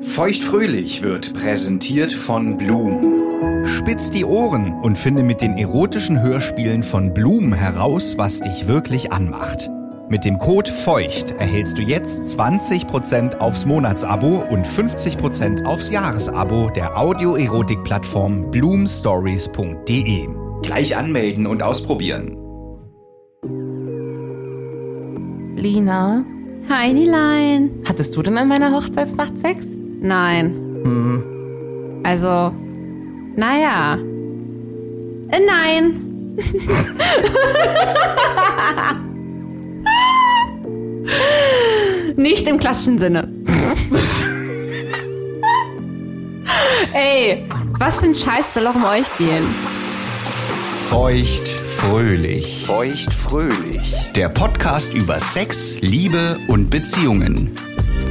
Feuchtfröhlich wird präsentiert von Blum. Spitz die Ohren und finde mit den erotischen Hörspielen von Blum heraus, was dich wirklich anmacht. Mit dem Code FEUCHT erhältst du jetzt 20% aufs Monatsabo und 50% aufs Jahresabo der Audioerotik-Plattform bloomstories.de. E. Gleich anmelden und ausprobieren. Lina, Heinilein. hattest du denn an meiner Hochzeitsnacht Sex? Nein. Also, naja. Äh, nein. Nicht im klassischen Sinne. Ey, was für ein Scheiß soll auch um euch gehen? Feuchtfröhlich. Feuchtfröhlich. Der Podcast über Sex, Liebe und Beziehungen.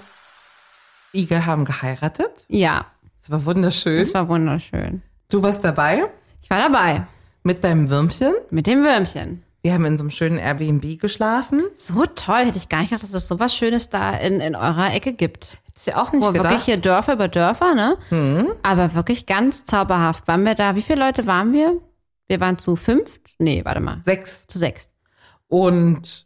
Igel haben geheiratet. Ja, Es war wunderschön. das war wunderschön. Du warst dabei Ich war dabei mit deinem Würmchen. mit dem Würmchen. Wir haben in so einem schönen Airbnb geschlafen. So toll, hätte ich gar nicht gedacht, dass es so was Schönes da in, in eurer Ecke gibt. Hätte ich auch nicht Wo gedacht. Mhm. wirklich hier Dörfer über Dörfer, ne? Aber wirklich ganz zauberhaft. Waren wir da, wie viele Leute waren wir? Wir waren zu fünf? Nee, warte mal. Sechs. Zu sechs. Und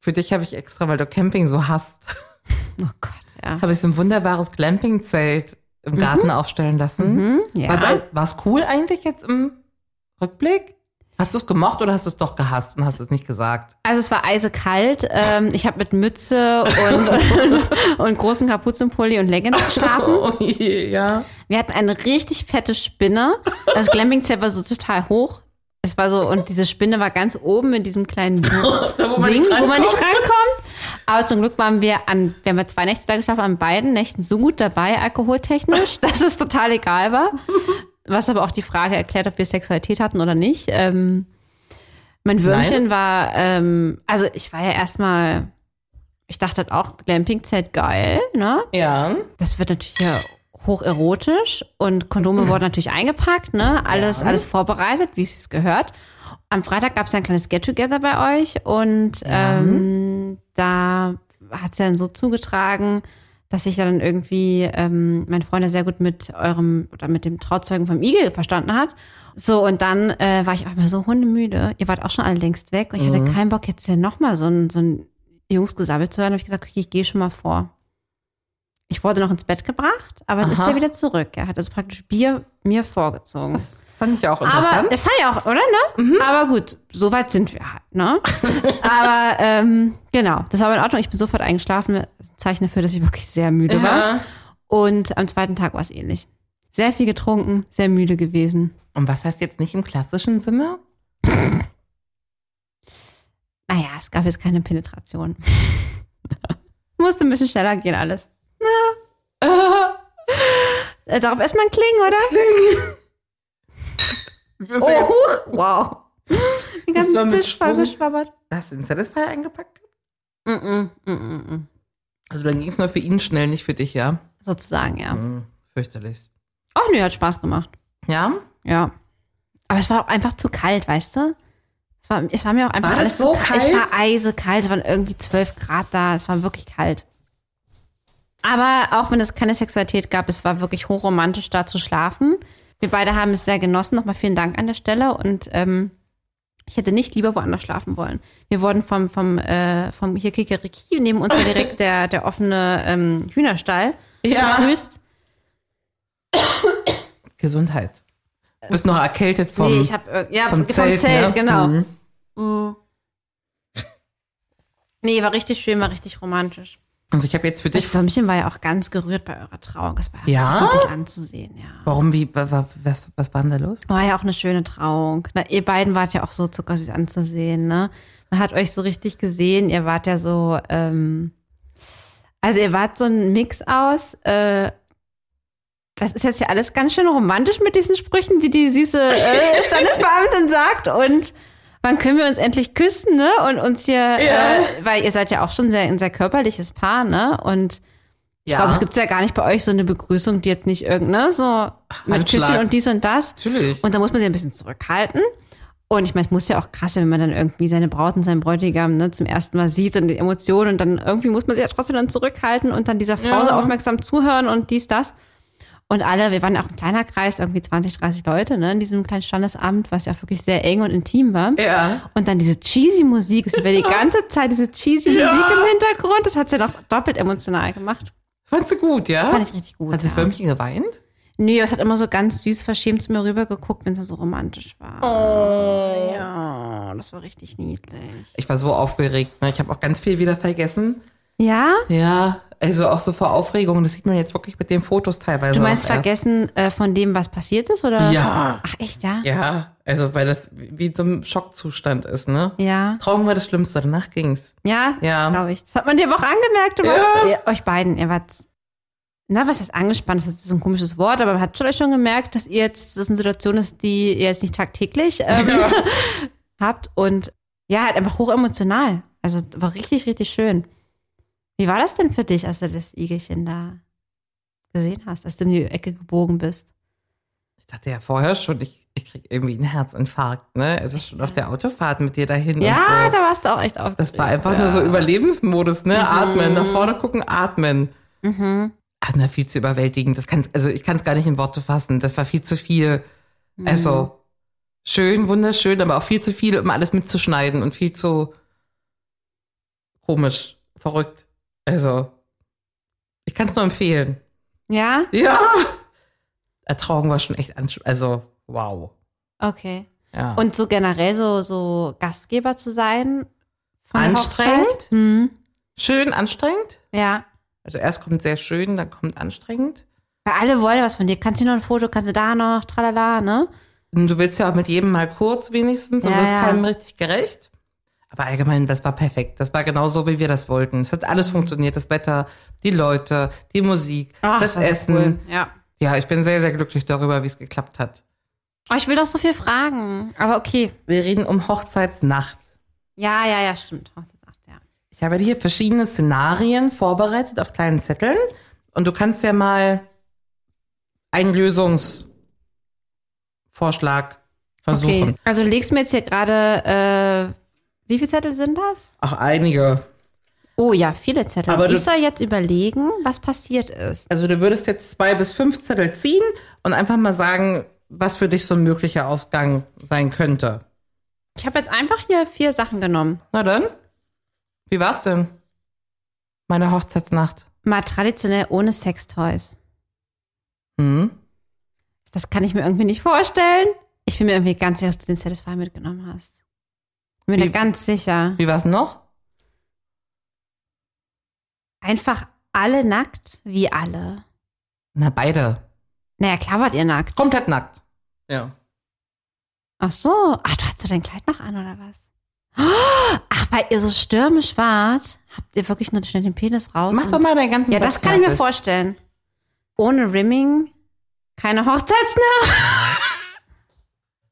für dich habe ich extra, weil du Camping so hast, Oh Gott, ja. habe ich so ein wunderbares Glamping-Zelt im Garten aufstellen lassen. Hm, ja. War's ein- War's cool eigentlich jetzt im Rückblick? Hast du es gemocht oder hast du es doch gehasst und hast es nicht gesagt? Also es war eisekalt. Ähm, ich habe mit Mütze und, und, und großen Kapuzenpulli und Leggings geschlafen. Oh je, ja. Wir hatten eine richtig fette Spinne. Das Glamping-Zelt war so total hoch. Es war so, und diese Spinne war ganz oben in diesem kleinen wo man Ding, nicht wo man nicht rankommt. Aber zum Glück waren wir an, wir haben ja zwei Nächte da geschlafen, an beiden Nächten so gut dabei, alkoholtechnisch, dass es total egal war. Was aber auch die Frage erklärt, ob wir Sexualität hatten oder nicht. Ähm, mein Würmchen war, ähm, also ich war ja erstmal, ich dachte halt auch, Glamping-Zelt geil, ne? Ja. das wird natürlich ja hocherotisch und Kondome wurden natürlich eingepackt, ne? Alles, alles vorbereitet, wie es gehört. Am Freitag gab es ein kleines Get-Together bei euch und ähm, da hat es ja dann so zugetragen, dass ich dann irgendwie ähm, mein Freund ja sehr gut mit eurem oder mit dem Trauzeugen vom Igel verstanden hat. So, und dann äh, war ich auch immer so hundemüde. Ihr wart auch schon alle längst weg und ich hatte keinen Bock, jetzt hier nochmal so ein, so ein Jungsgesabbel zu hören. Da habe ich gesagt, okay, ich gehe schon mal vor. Ich wurde noch ins Bett gebracht, aber dann ist Aha. er wieder zurück. Er hat also praktisch Bier mir vorgezogen. Das fand ich auch aber interessant. Mhm. das fand ich auch, oder ne? Aber gut, so weit sind wir halt, ne? aber ähm, genau, das war aber in Ordnung. Ich bin sofort eingeschlafen. Zeichen dafür, dass ich wirklich sehr müde war. ja. Und am zweiten Tag war es ähnlich. Sehr viel getrunken, sehr müde gewesen. Und was heißt jetzt nicht im klassischen Sinne? Naja, es gab jetzt keine Penetration. Musste ein bisschen schneller gehen alles. Na. Äh, Darauf erstmal ein Klingen, oder? Oh. huch. Wow. Den Das ganzen war mit Tisch voll Schwung. geschwabbert. Hast du den Satisfier eingepackt? Mm -mm, mm -mm. mm. Also dann ging es nur für ihn schnell, nicht für dich, ja? Sozusagen, ja. Hm, fürchterlich. Ach nö, hat Spaß gemacht. Ja? Ja. Aber es war auch einfach zu kalt, weißt du? Es war, es war mir auch einfach War alles das so zu kalt. Es kalt? war eisekalt, es waren irgendwie 12 Grad da, es war wirklich kalt. Aber auch wenn es keine Sexualität gab, es war wirklich hochromantisch da zu schlafen. Wir beide haben es sehr genossen. Nochmal vielen Dank an der Stelle und ähm, ich hätte nicht lieber woanders schlafen wollen. Wir wurden vom, vom, äh, vom hier Kikeriki, neben uns war direkt der, der offene ähm, Hühnerstall Ja. begrüßt. Gesundheit. Du bist noch erkältet vom... nee, ich habe ja, vom vom, vom Zelt, Zelt, ne? genau. Mhm. Mhm. Nee, war richtig schön, war richtig romantisch. Also ich habe jetzt für Das dich. Förmchen war ja auch ganz gerührt bei eurer Trauung. Das war Ja? richtig anzusehen, ja. Warum, wie, wa- wa- was, was war denn da los? War ja auch eine schöne Trauung. Na, ihr beiden wart ja auch so zuckersüß anzusehen, ne? Man hat euch so richtig gesehen. Ihr wart ja so, ähm, also ihr wart so ein Mix aus. Äh, das ist jetzt ja alles ganz schön romantisch mit diesen Sprüchen, die die süße äh, Standesbeamtin sagt. Und wann können wir uns endlich küssen, ne? Und uns hier, äh, weil ihr seid ja auch schon sehr, ein sehr körperliches Paar, ne? Und ich glaube, es gibt ja gar nicht bei euch so eine Begrüßung, die jetzt nicht irgendeine, so mit Handschlag. Küsschen und dies und das. Natürlich. Und da muss man sich ein bisschen zurückhalten. Und ich meine, es muss ja auch krass sein, wenn man dann irgendwie seine Braut und seinen Bräutigam ne, zum ersten Mal sieht und die Emotionen und dann irgendwie muss man sich ja trotzdem dann zurückhalten und dann dieser Frau so aufmerksam zuhören und dies, das. Und alle, wir waren auch ein kleiner Kreis, irgendwie 20, 30 Leute, ne, in diesem kleinen Standesamt, was ja auch wirklich sehr eng und intim war. Ja. Und dann diese cheesy Musik, es war die ganze Zeit diese cheesy Musik im Hintergrund, das hat's ja noch doppelt emotional gemacht. Fandst du gut, ja? Fand ich richtig gut. Hat das ja. Förmchen geweint? Nö, es hat immer so ganz süß verschämt zu mir rübergeguckt, wenn es so romantisch war. Oh. Ja, das war richtig niedlich. Ich war so aufgeregt. Ne? Ich habe auch ganz viel wieder vergessen. Ja? Ja, also auch so vor Aufregung. Das sieht man jetzt wirklich mit den Fotos teilweise. Du meinst auch Also erst. vergessen äh, von dem, was passiert ist, oder? Ja. Ach, echt, ja? Ja, also weil das wie so ein Schockzustand ist, ne? Ja. Trauung war das Schlimmste, danach ging's. Ja, Ja. glaube ich. Das hat man dir aber auch angemerkt. Du Ja. warst, ihr, euch beiden, ihr wart, na, was heißt angespannt? Das ist so ein komisches Wort, aber man hat schon, schon gemerkt, dass ihr jetzt, das eine Situation ist, die ihr jetzt nicht tagtäglich ähm, habt und ja, halt einfach hoch emotional. Also war richtig, richtig schön. Wie war das denn für dich, als du das Igelchen da gesehen hast, als du in die Ecke gebogen bist? Ich dachte ja vorher schon, ich, ich krieg irgendwie einen Herzinfarkt, ne? Also schon auf der Autofahrt mit dir dahin Ja, und so. da Mhm. warst du auch echt aufgeregt. Das war einfach nur so Überlebensmodus, ne? Atmen, nach vorne gucken, atmen. Mhm. Ach, na, viel zu überwältigend. Das kann's, also ich kann es gar nicht in Worte fassen. Das war viel zu viel. Mhm. Also schön, wunderschön, aber auch viel zu viel, um alles mitzuschneiden und viel zu komisch, verrückt. Also, ich kann es nur empfehlen. Ja? Ja! Ertrauung war schon echt anstrengend. Also, wow. Okay. Ja. Und so generell so, so Gastgeber zu sein. von der Hochzeit? anstrengend? Hm, Schön anstrengend? ja. Also erst kommt sehr schön, dann kommt anstrengend. Weil alle wollen was von dir. Kannst du noch ein Foto, kannst du da noch, tralala, ne? Und Hm, Du willst ja auch mit jedem mal kurz wenigstens und Ja, das ja. kam richtig gerecht. Aber allgemein, das war perfekt. Das war genau so, wie wir das wollten. Es hat Mhm. alles funktioniert. Das Wetter, die Leute, die Musik, das war so Essen. cool. Ja. Ja, ich bin sehr, sehr glücklich darüber, wie es geklappt hat. Oh, ich will doch so viel fragen. Aber okay. Wir reden um Hochzeitsnacht. Ja, ja, ja, stimmt. Hochzeitsnacht, ja. Ich habe hier verschiedene Szenarien vorbereitet auf kleinen Zetteln. Und du kannst ja mal einen Lösungsvorschlag versuchen. Okay. Also legst mir jetzt hier gerade, äh, wie viele Zettel sind das? Auch einige. Oh ja, viele Zettel. Aber ich du- soll jetzt überlegen, was passiert ist. Also du würdest jetzt zwei bis fünf Zettel ziehen und einfach mal sagen, was für dich so ein möglicher Ausgang sein könnte. Ich habe jetzt einfach hier vier Sachen genommen. Na dann, wie war's denn? Meine Hochzeitsnacht. Mal traditionell ohne Sextoys. Hm? Das kann ich mir irgendwie nicht vorstellen. Ich bin mir irgendwie ganz sicher, dass du den Satisfy mitgenommen hast. Bin mir Wie- da ganz sicher. Wie war's noch? Einfach alle nackt, wie alle. Na, beide. Naja, klar wart ihr nackt. Komplett nackt. Ja. Ach so. Ach, du hast du dein Kleid noch an, oder was? Ach, weil ihr so stürmisch wart, habt ihr wirklich nur schnell den Penis raus. Mach und- doch mal deinen ganzen Ja, das Satz kann ich mir fertig. vorstellen. Ohne Rimming keine Hochzeitsnacht.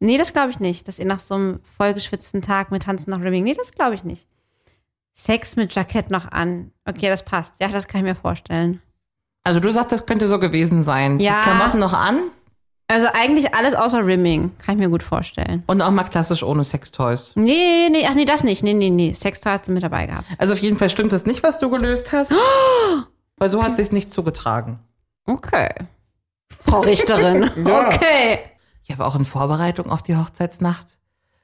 nee, das glaube ich nicht, dass ihr nach so einem vollgeschwitzten Tag mit Tanzen noch Rimming. Nee, das glaube ich nicht. Sex mit Jackett noch an. Okay, das passt. Ja, das kann ich mir vorstellen. Also du sagst, das könnte so gewesen sein. Ja. Die Klamotten noch an Also eigentlich alles außer Rimming, kann ich mir gut vorstellen. und auch mal klassisch ohne Sextoys. Nee, nee, ach nee, das nicht. Nee, nee, nee. Sextoy hat sie mit dabei gehabt. Also auf jeden Fall stimmt das nicht, was du gelöst hast. Weil so hat sich's nicht zugetragen. Okay. Frau Richterin. Okay. Ich habe auch in Vorbereitung auf die Hochzeitsnacht,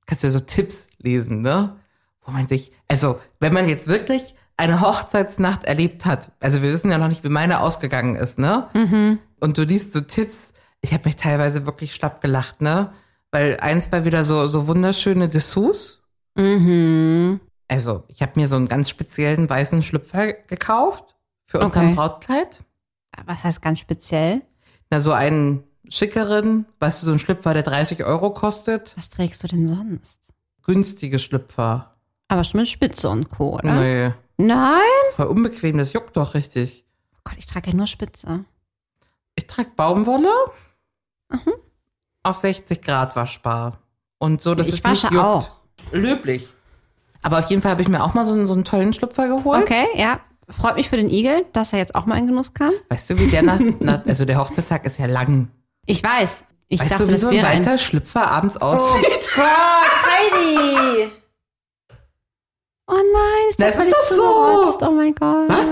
kannst du ja so Tipps lesen, ne? Wo man sich, also wenn man jetzt wirklich eine Hochzeitsnacht erlebt hat, also wir wissen ja noch nicht, wie meine ausgegangen ist, ne? Und du liest so Tipps, ich habe mich teilweise wirklich schlapp gelacht, ne? Weil eins war wieder so, so wunderschöne Dessous. Mhm. Also ich habe mir so einen ganz speziellen weißen Schlüpfer gekauft für unseren Okay. Brautkleid. Was heißt ganz speziell? Na, so einen schickeren, weißt du, so ein Schlüpfer, der 30 Euro kostet. Was trägst du denn sonst? Günstige Schlüpfer. Aber schon mit Spitze und Co., oder? Nee. Nein? Voll unbequem, das juckt doch richtig. Oh Gott, ich trage ja nur Spitze. Ich trage Baumwolle Mhm. auf 60 Grad waschbar. Und so, dass Ich es nicht wasche juckt. auch. Löblich. Aber auf jeden Fall habe ich mir auch mal so einen, so einen tollen Schlüpfer geholt. Okay, ja. Freut mich für den Igel, dass er jetzt auch mal in Genuss kam. Weißt du, wie der nach, nach also der Hochzeitstag ist ja lang. Ich weiß. Ich Weißt dachte, du, wie das so ein wäre weißer ein... Oh. Schlüpfer abends aussieht? Heidi! Oh nein, ist Das das, ist völlig doch so. zugerotzt. Oh mein Gott. Was?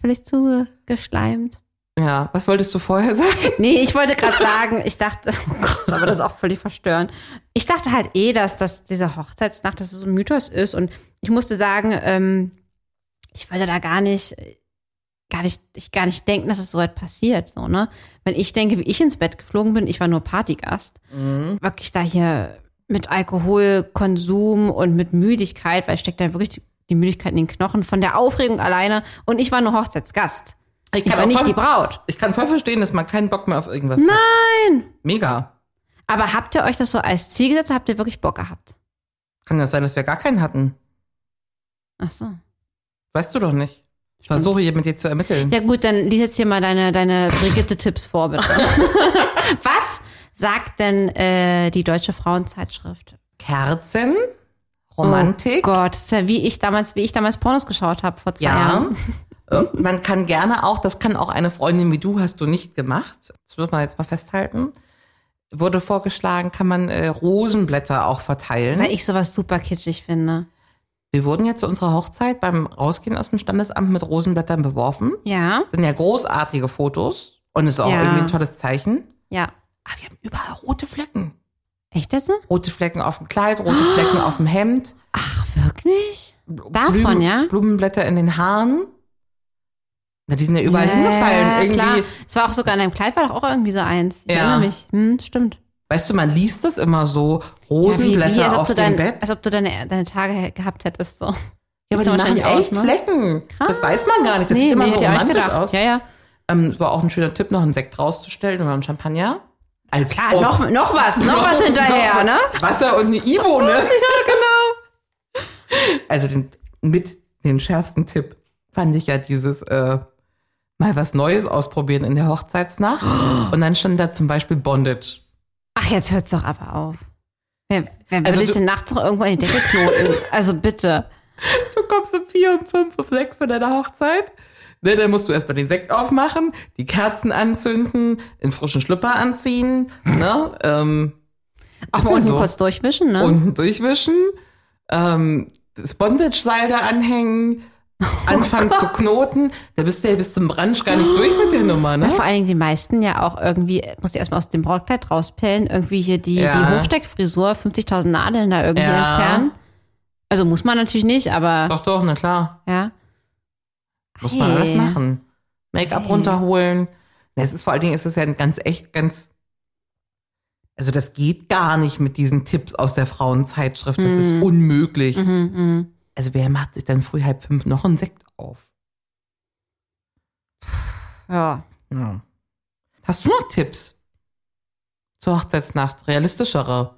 Völlig zugeschleimt. ja, was wolltest du vorher sagen? Nee, ich wollte gerade sagen, ich dachte, oh Gott, aber das ist auch völlig verstörend. Ich dachte halt eh, dass, dass diese Hochzeitsnacht, dass es so ein Mythos ist. Und ich musste sagen, ähm, ich wollte da gar nicht, gar nicht, ich gar nicht denken, dass es so weit passiert. So, ne? Wenn ich denke, wie ich ins Bett geflogen bin, ich war nur Partygast. Wirklich da hier mit Alkoholkonsum und mit Müdigkeit, weil steckt da wirklich die, die Müdigkeit in den Knochen von der Aufregung alleine. Und ich war nur Hochzeitsgast. Ich, kann war auch nicht voll- die Braut. Ich kann voll verstehen, dass man keinen Bock mehr auf irgendwas Nein. hat. Nein! Mega. Aber habt ihr euch das so als Ziel gesetzt oder habt ihr wirklich Bock gehabt? Kann das sein, dass wir gar keinen hatten? Ach so. Weißt du doch nicht. Ich versuche hier mit dir zu ermitteln. Ja gut, dann lies jetzt hier mal deine, deine Brigitte-Tipps vor, bitte. Was sagt denn äh, die Deutsche Frauenzeitschrift? Kerzen, Oh Romantik. Gott, das ist ja wie ich damals, wie ich damals Pornos geschaut habe vor zwei Ja. Jahren. Äh, Man kann gerne auch, das kann auch eine Freundin wie du, hast du nicht gemacht. Das wird man jetzt mal festhalten. Wurde vorgeschlagen, kann man äh, Rosenblätter auch verteilen. Weil ich sowas super kitschig finde. Wir wurden ja zu unserer Hochzeit beim Rausgehen aus dem Standesamt mit Rosenblättern beworfen. Ja, Das sind ja großartige Fotos und ist auch Ja. irgendwie ein tolles Zeichen. ja. Aber wir haben überall rote Flecken. Echt jetzt? Rote Flecken auf dem Kleid, rote Flecken auf dem Hemd. Wirklich? Davon, Blumen, ja? Blumenblätter in den Haaren. Na, die sind ja überall Ja, ja, hingefallen. Irgendwie, Klar. Es war auch sogar an einem Kleid, war doch auch irgendwie so eins. Ich Ja. erinnere mich. Hm, stimmt. Weißt du, man liest das immer so, Ja, wie- wie, Rosenblätter als ob auf du dem dein, Bett. Als ob du deine, deine Tage he- gehabt hättest. So. ja, aber sieht's die machen wahrscheinlich echt aus, ne? Flecken. Das weiß man gar nicht. Das sieht immer so hätte ich auch nicht romantisch gedacht. aus. Ja, ja. Ähm, war auch ein schöner Tipp, noch einen Sekt rauszustellen oder einen Champagner. Als Klar, ob. noch, noch was, noch, was hinterher, ne? Wasser und eine Ibo, ne? ja, genau. Also den, mit den schärfsten Tipp fand ich ja dieses äh, mal was Neues ausprobieren in der Hochzeitsnacht. und dann stand da zum Beispiel Bondage. Ach, jetzt hört's doch aber auf. Wer, wer Also würde sich du- denn nachts noch irgendwo in die Decke knoten? also bitte. Du kommst um vier, um fünf, um sechs von deiner Hochzeit. Ne, dann musst du erstmal den Sekt aufmachen, die Kerzen anzünden, einen frischen Schlüpper anziehen, ne? Ähm, Auch Ist mal ja unten so. kurz durchmischen, ne? unten durchwischen, ähm, das Bondage-Seil da anhängen, Oh anfangen zu knoten. Da bist du ja bis zum Brunch gar nicht durch mit der Nummer, Na, ne? vor allen Dingen die meisten ja auch irgendwie, musst du erstmal aus dem Brautkleid rauspellen, irgendwie hier die, Ja. die Hochsteckfrisur, 50.000 Nadeln da irgendwie Ja. entfernen. Also muss man natürlich nicht, aber Doch, doch, na klar. ja. Muss man alles Hey. machen. Make-up runterholen. Na, Es ist vor allen Dingen ist es ja ein ganz echt, ganz. Also das geht gar nicht mit diesen Tipps aus der Frauenzeitschrift. Das ist unmöglich. Mhm, Also wer macht sich dann früh halb fünf noch einen Sekt auf? mhm. Ja. Ja. Hast du noch Tipps zur Hochzeitsnacht? Realistischere?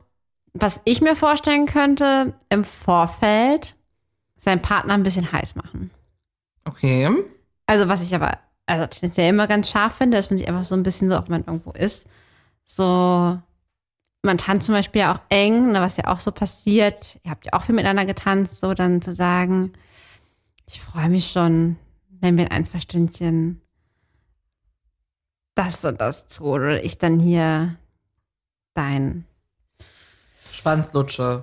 Was ich mir vorstellen könnte, im Vorfeld seinen Partner ein bisschen heiß machen. Okay. Also, was ich aber also tendenziell immer ganz scharf finde, dass man sich einfach so ein bisschen so, ob man irgendwo ist, so. Man tanzt zum Beispiel ja auch eng, ne, was ja auch so passiert. Ihr habt ja auch viel miteinander getanzt, so dann zu sagen, ich freue mich schon, wenn wir in ein, zwei Stündchen das und das tun. Oder ich dann hier dein Schwanzlutsche.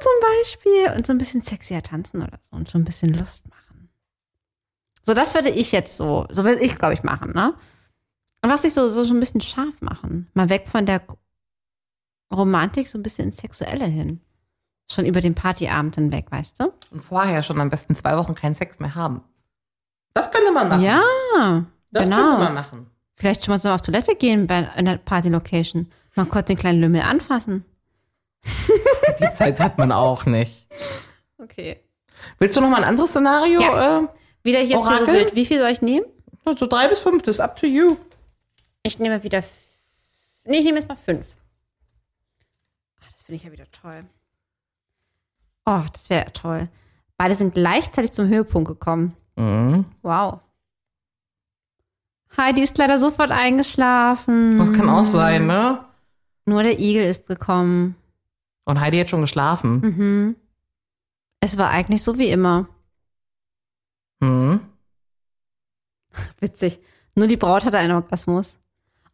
zum Beispiel und so ein bisschen sexier tanzen oder so und so ein bisschen Lust machen. So, das würde ich jetzt so, so würde ich, glaube ich, machen, ne? Und was ich so, so, so ein bisschen scharf machen. Mal weg von der Romantik, so ein bisschen ins Sexuelle hin. Schon über den Partyabend hinweg, weißt du? Und vorher schon am besten zwei Wochen keinen Sex mehr haben. Das könnte man machen. Ja, das könnte man genau. machen. Vielleicht schon mal so auf Toilette gehen bei einer Party-Location. Mal kurz den kleinen Lümmel anfassen. Die Zeit hat man auch nicht. Okay. Willst du noch mal ein anderes Szenario? Ja. Äh, Wieder hier zu so Orakel? wild. Wie viel soll ich nehmen? So drei bis fünf, das ist up to you. Ich nehme wieder. f- Nee, ich nehme jetzt mal fünf. Ach, das finde ich ja wieder toll. Oh, das wäre ja toll. Beide sind gleichzeitig zum Höhepunkt gekommen. Wow. Heidi ist leider sofort eingeschlafen. Das kann auch sein, ne? Nur der Igel ist gekommen. Und Heidi hat schon geschlafen. Mhm. Es war eigentlich so wie immer. Mhm. Witzig. Nur die Braut hatte einen Orgasmus.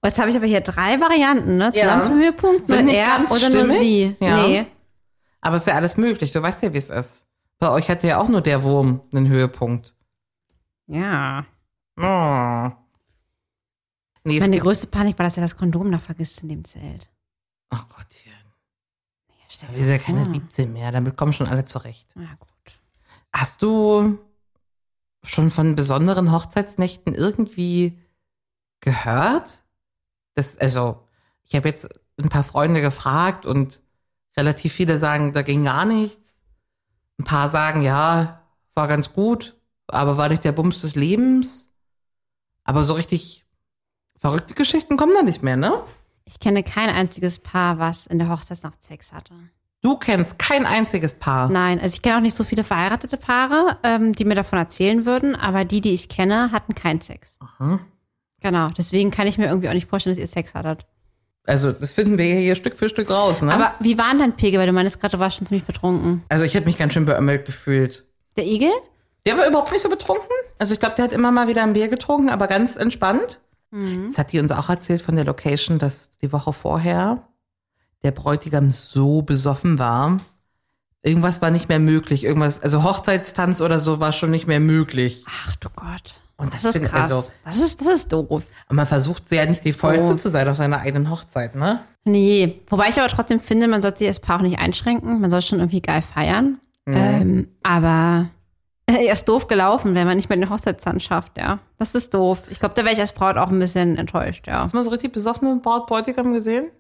Oh, Jetzt habe ich aber hier drei Varianten, ne? Ja. Zusammen zum Höhepunkt, Sind nur nicht er ganz oder nur stimmig? sie. Ja. Nee. Aber es ist ja alles möglich, du weißt ja, wie es ist. Bei euch hatte ja auch nur der Wurm einen Höhepunkt. Ja. Oh. Nee, es Meine gibt, größte Panik war, dass er das Kondom noch vergisst in dem Zelt. ach Gottchen, Ja, stell wir sind ja dir keine vor. 17 mehr, damit kommen schon alle zurecht. Ja, gut. Hast du schon von besonderen Hochzeitsnächten irgendwie gehört? Das, also, ich habe jetzt ein paar Freunde gefragt und relativ viele sagen, da ging gar nichts. Ein paar sagen, ja, war ganz gut, aber war nicht der Bums des Lebens. Aber so richtig verrückte Geschichten kommen da nicht mehr, ne? Ich kenne kein einziges Paar, was in der Hochzeitsnacht Sex hatte. Du kennst kein einziges Paar. Nein, also ich kenne auch nicht so viele verheiratete Paare, ähm, die mir davon erzählen würden, aber die, die ich kenne, hatten keinen Sex. Aha. Genau, deswegen kann ich mir irgendwie auch nicht vorstellen, dass ihr Sex hattet. Also, das finden wir hier Stück für Stück raus, ne? Aber wie war denn dein Pegel? Weil du meinst gerade, du warst schon ziemlich betrunken. also, ich habe mich ganz schön beömmelt gefühlt. Der Igel? Der war überhaupt nicht so betrunken. Also ich glaube, der hat immer mal wieder ein Bier getrunken, aber ganz entspannt. Mhm. Das hat die uns auch erzählt von der Location, dass die Woche vorher der Bräutigam so besoffen war. Irgendwas war nicht mehr möglich. Irgendwas, also Hochzeitstanz oder so war schon nicht mehr möglich. Ach du Gott. Und das ist sind krass. also- das, ist, das ist doof. Und man versucht ja nicht die Vollste zu sein auf seiner eigenen Hochzeit, ne? Nee, wobei ich aber trotzdem finde, man sollte sich als Paar auch nicht einschränken. Man soll schon irgendwie geil feiern. Mhm. Ähm, aber äh, er ist doof gelaufen, wenn man nicht mehr den Hochzeitstanz schafft, ja. Das ist doof. Ich glaube, da wäre ich als Braut auch ein bisschen enttäuscht, ja. Hast du mal so richtig besoffenen Braut- Bräutigam gesehen?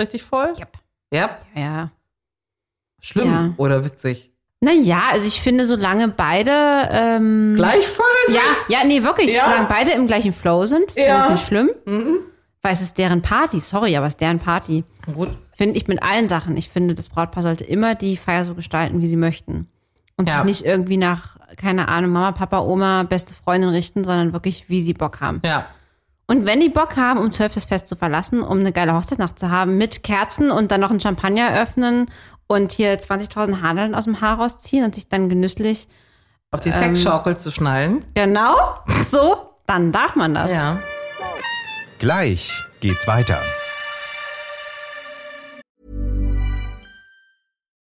Richtig voll? Yep. Ja. Ja. Schlimm Ja. oder witzig? Naja, also ich finde, solange beide. Ähm, Gleich voll? sind? ja, ja, nee, wirklich. Ja. Solange beide im gleichen Flow sind, finde ich Ja. Mhm. es nicht schlimm. Weil es ist deren Party, sorry, aber es ist deren Party. Gut. Finde ich mit allen Sachen. Ich finde, das Brautpaar sollte immer die Feier so gestalten, wie sie möchten. Und Ja. sich nicht irgendwie nach, keine Ahnung, Mama, Papa, Oma, beste Freundin richten, sondern wirklich, wie sie Bock haben. Ja. Und wenn die Bock haben, um zwölf das Fest zu verlassen, um eine geile Hochzeitsnacht zu haben, mit Kerzen und dann noch ein Champagner öffnen und hier 20.000 Haarnadeln aus dem Haar rausziehen und sich dann genüsslich, Auf Ähm. die Sexschaukel zu schnallen. genau so, dann darf man das. Ja. Gleich geht's weiter.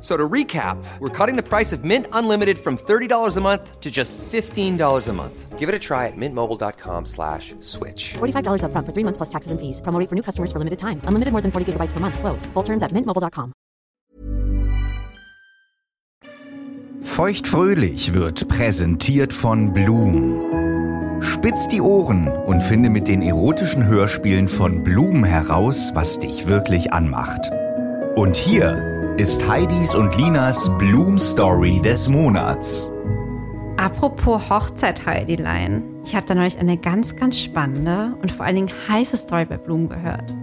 So to recap, we're cutting the price of Mint Unlimited from $30 a month to just $15 a month. Give it a try at mintmobile.com slash switch. $45 upfront for three months plus taxes and fees. Promo rate for new customers for limited time. Unlimited more than 40 gigabytes per month. Slows. Full terms at mintmobile.com. Feuchtfröhlich wird präsentiert von Bloom. Spitz die Ohren und finde mit den erotischen Hörspielen von Bloom heraus, was dich wirklich anmacht. Und hier ist Heidis und Linas Bloom Story des Monats. Apropos Hochzeit, Heidi Lein. Ich habe da neulich eine ganz, ganz spannende und vor allen Dingen heiße Story bei Blumen gehört.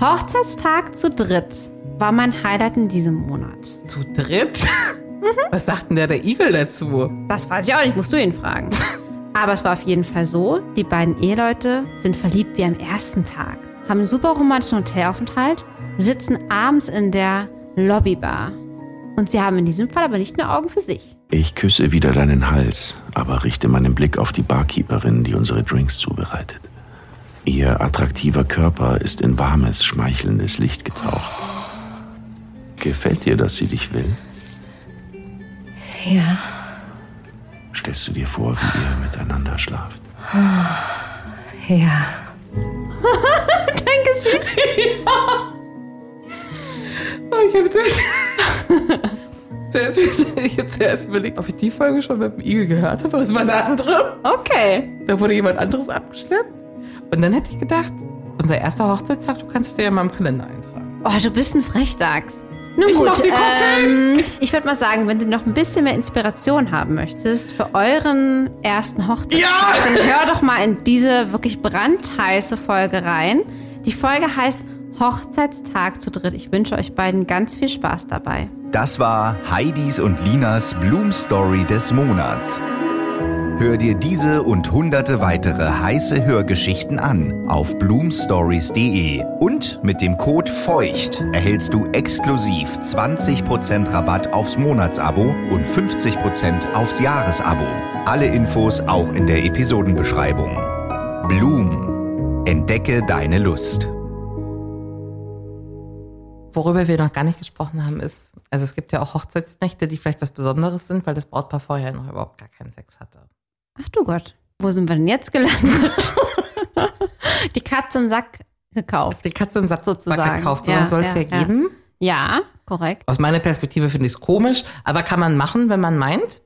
Hochzeitstag zu dritt war mein Highlight in diesem Monat. Zu dritt? Was sagt denn der, der Igel dazu? Das weiß ich auch nicht, musst du ihn fragen. Aber es war auf jeden Fall so, die beiden Eheleute sind verliebt wie am ersten Tag, haben einen super romantischen Hotelaufenthalt, sitzen abends in der Lobbybar. Und sie haben in diesem Fall aber nicht nur Augen für sich. Ich küsse wieder deinen Hals, aber richte meinen Blick auf die Barkeeperin, die unsere Drinks zubereitet. Ihr attraktiver Körper ist in warmes, schmeichelndes Licht getaucht. Gefällt dir, dass sie dich will? Ja, Stellst du dir vor, wie ihr miteinander schlaft? ja. Ah, Ich hab's Zuerst, ich habe zuerst überlegt, ob ich die Folge schon mit dem Igel gehört habe, aber es war eine andere. Okay. Da wurde jemand anderes abgeschleppt. Und dann hätte ich gedacht, unser erster Hochzeitstag, du kannst es dir ja mal im Kalender eintragen. Oh, du bist ein Frechdachs. Nun Ich gut, mach die Cocktails. ähm, ich würde mal sagen, wenn du noch ein bisschen mehr Inspiration haben möchtest für euren ersten Hochzeitstag, Ja! dann hör doch mal in diese wirklich brandheiße Folge rein. Die Folge heißt Hochzeitstag zu dritt. Ich wünsche euch beiden ganz viel Spaß dabei. Das war Heidis und Linas Bloom Story des Monats. Hör dir diese und hunderte weitere heiße Hörgeschichten an auf bloomstories.de und mit dem Code FEUCHT erhältst du exklusiv 20% Rabatt aufs Monatsabo und 50% aufs Jahresabo. Alle Infos auch in der Episodenbeschreibung. Bloom. Entdecke deine Lust. Worüber wir noch gar nicht gesprochen haben, ist, also es gibt ja auch Hochzeitsnächte, die vielleicht was Besonderes sind, weil das Brautpaar vorher noch überhaupt gar keinen Sex hatte. Ach du Gott, wo sind wir denn jetzt gelandet? die Katze im Sack gekauft. Die Katze im Satz Sozusagen. sozusagen gekauft, Ja, sowas soll es ja, ja, ja. geben. Ja, korrekt. Aus meiner Perspektive finde ich es komisch, aber kann man machen, wenn man meint.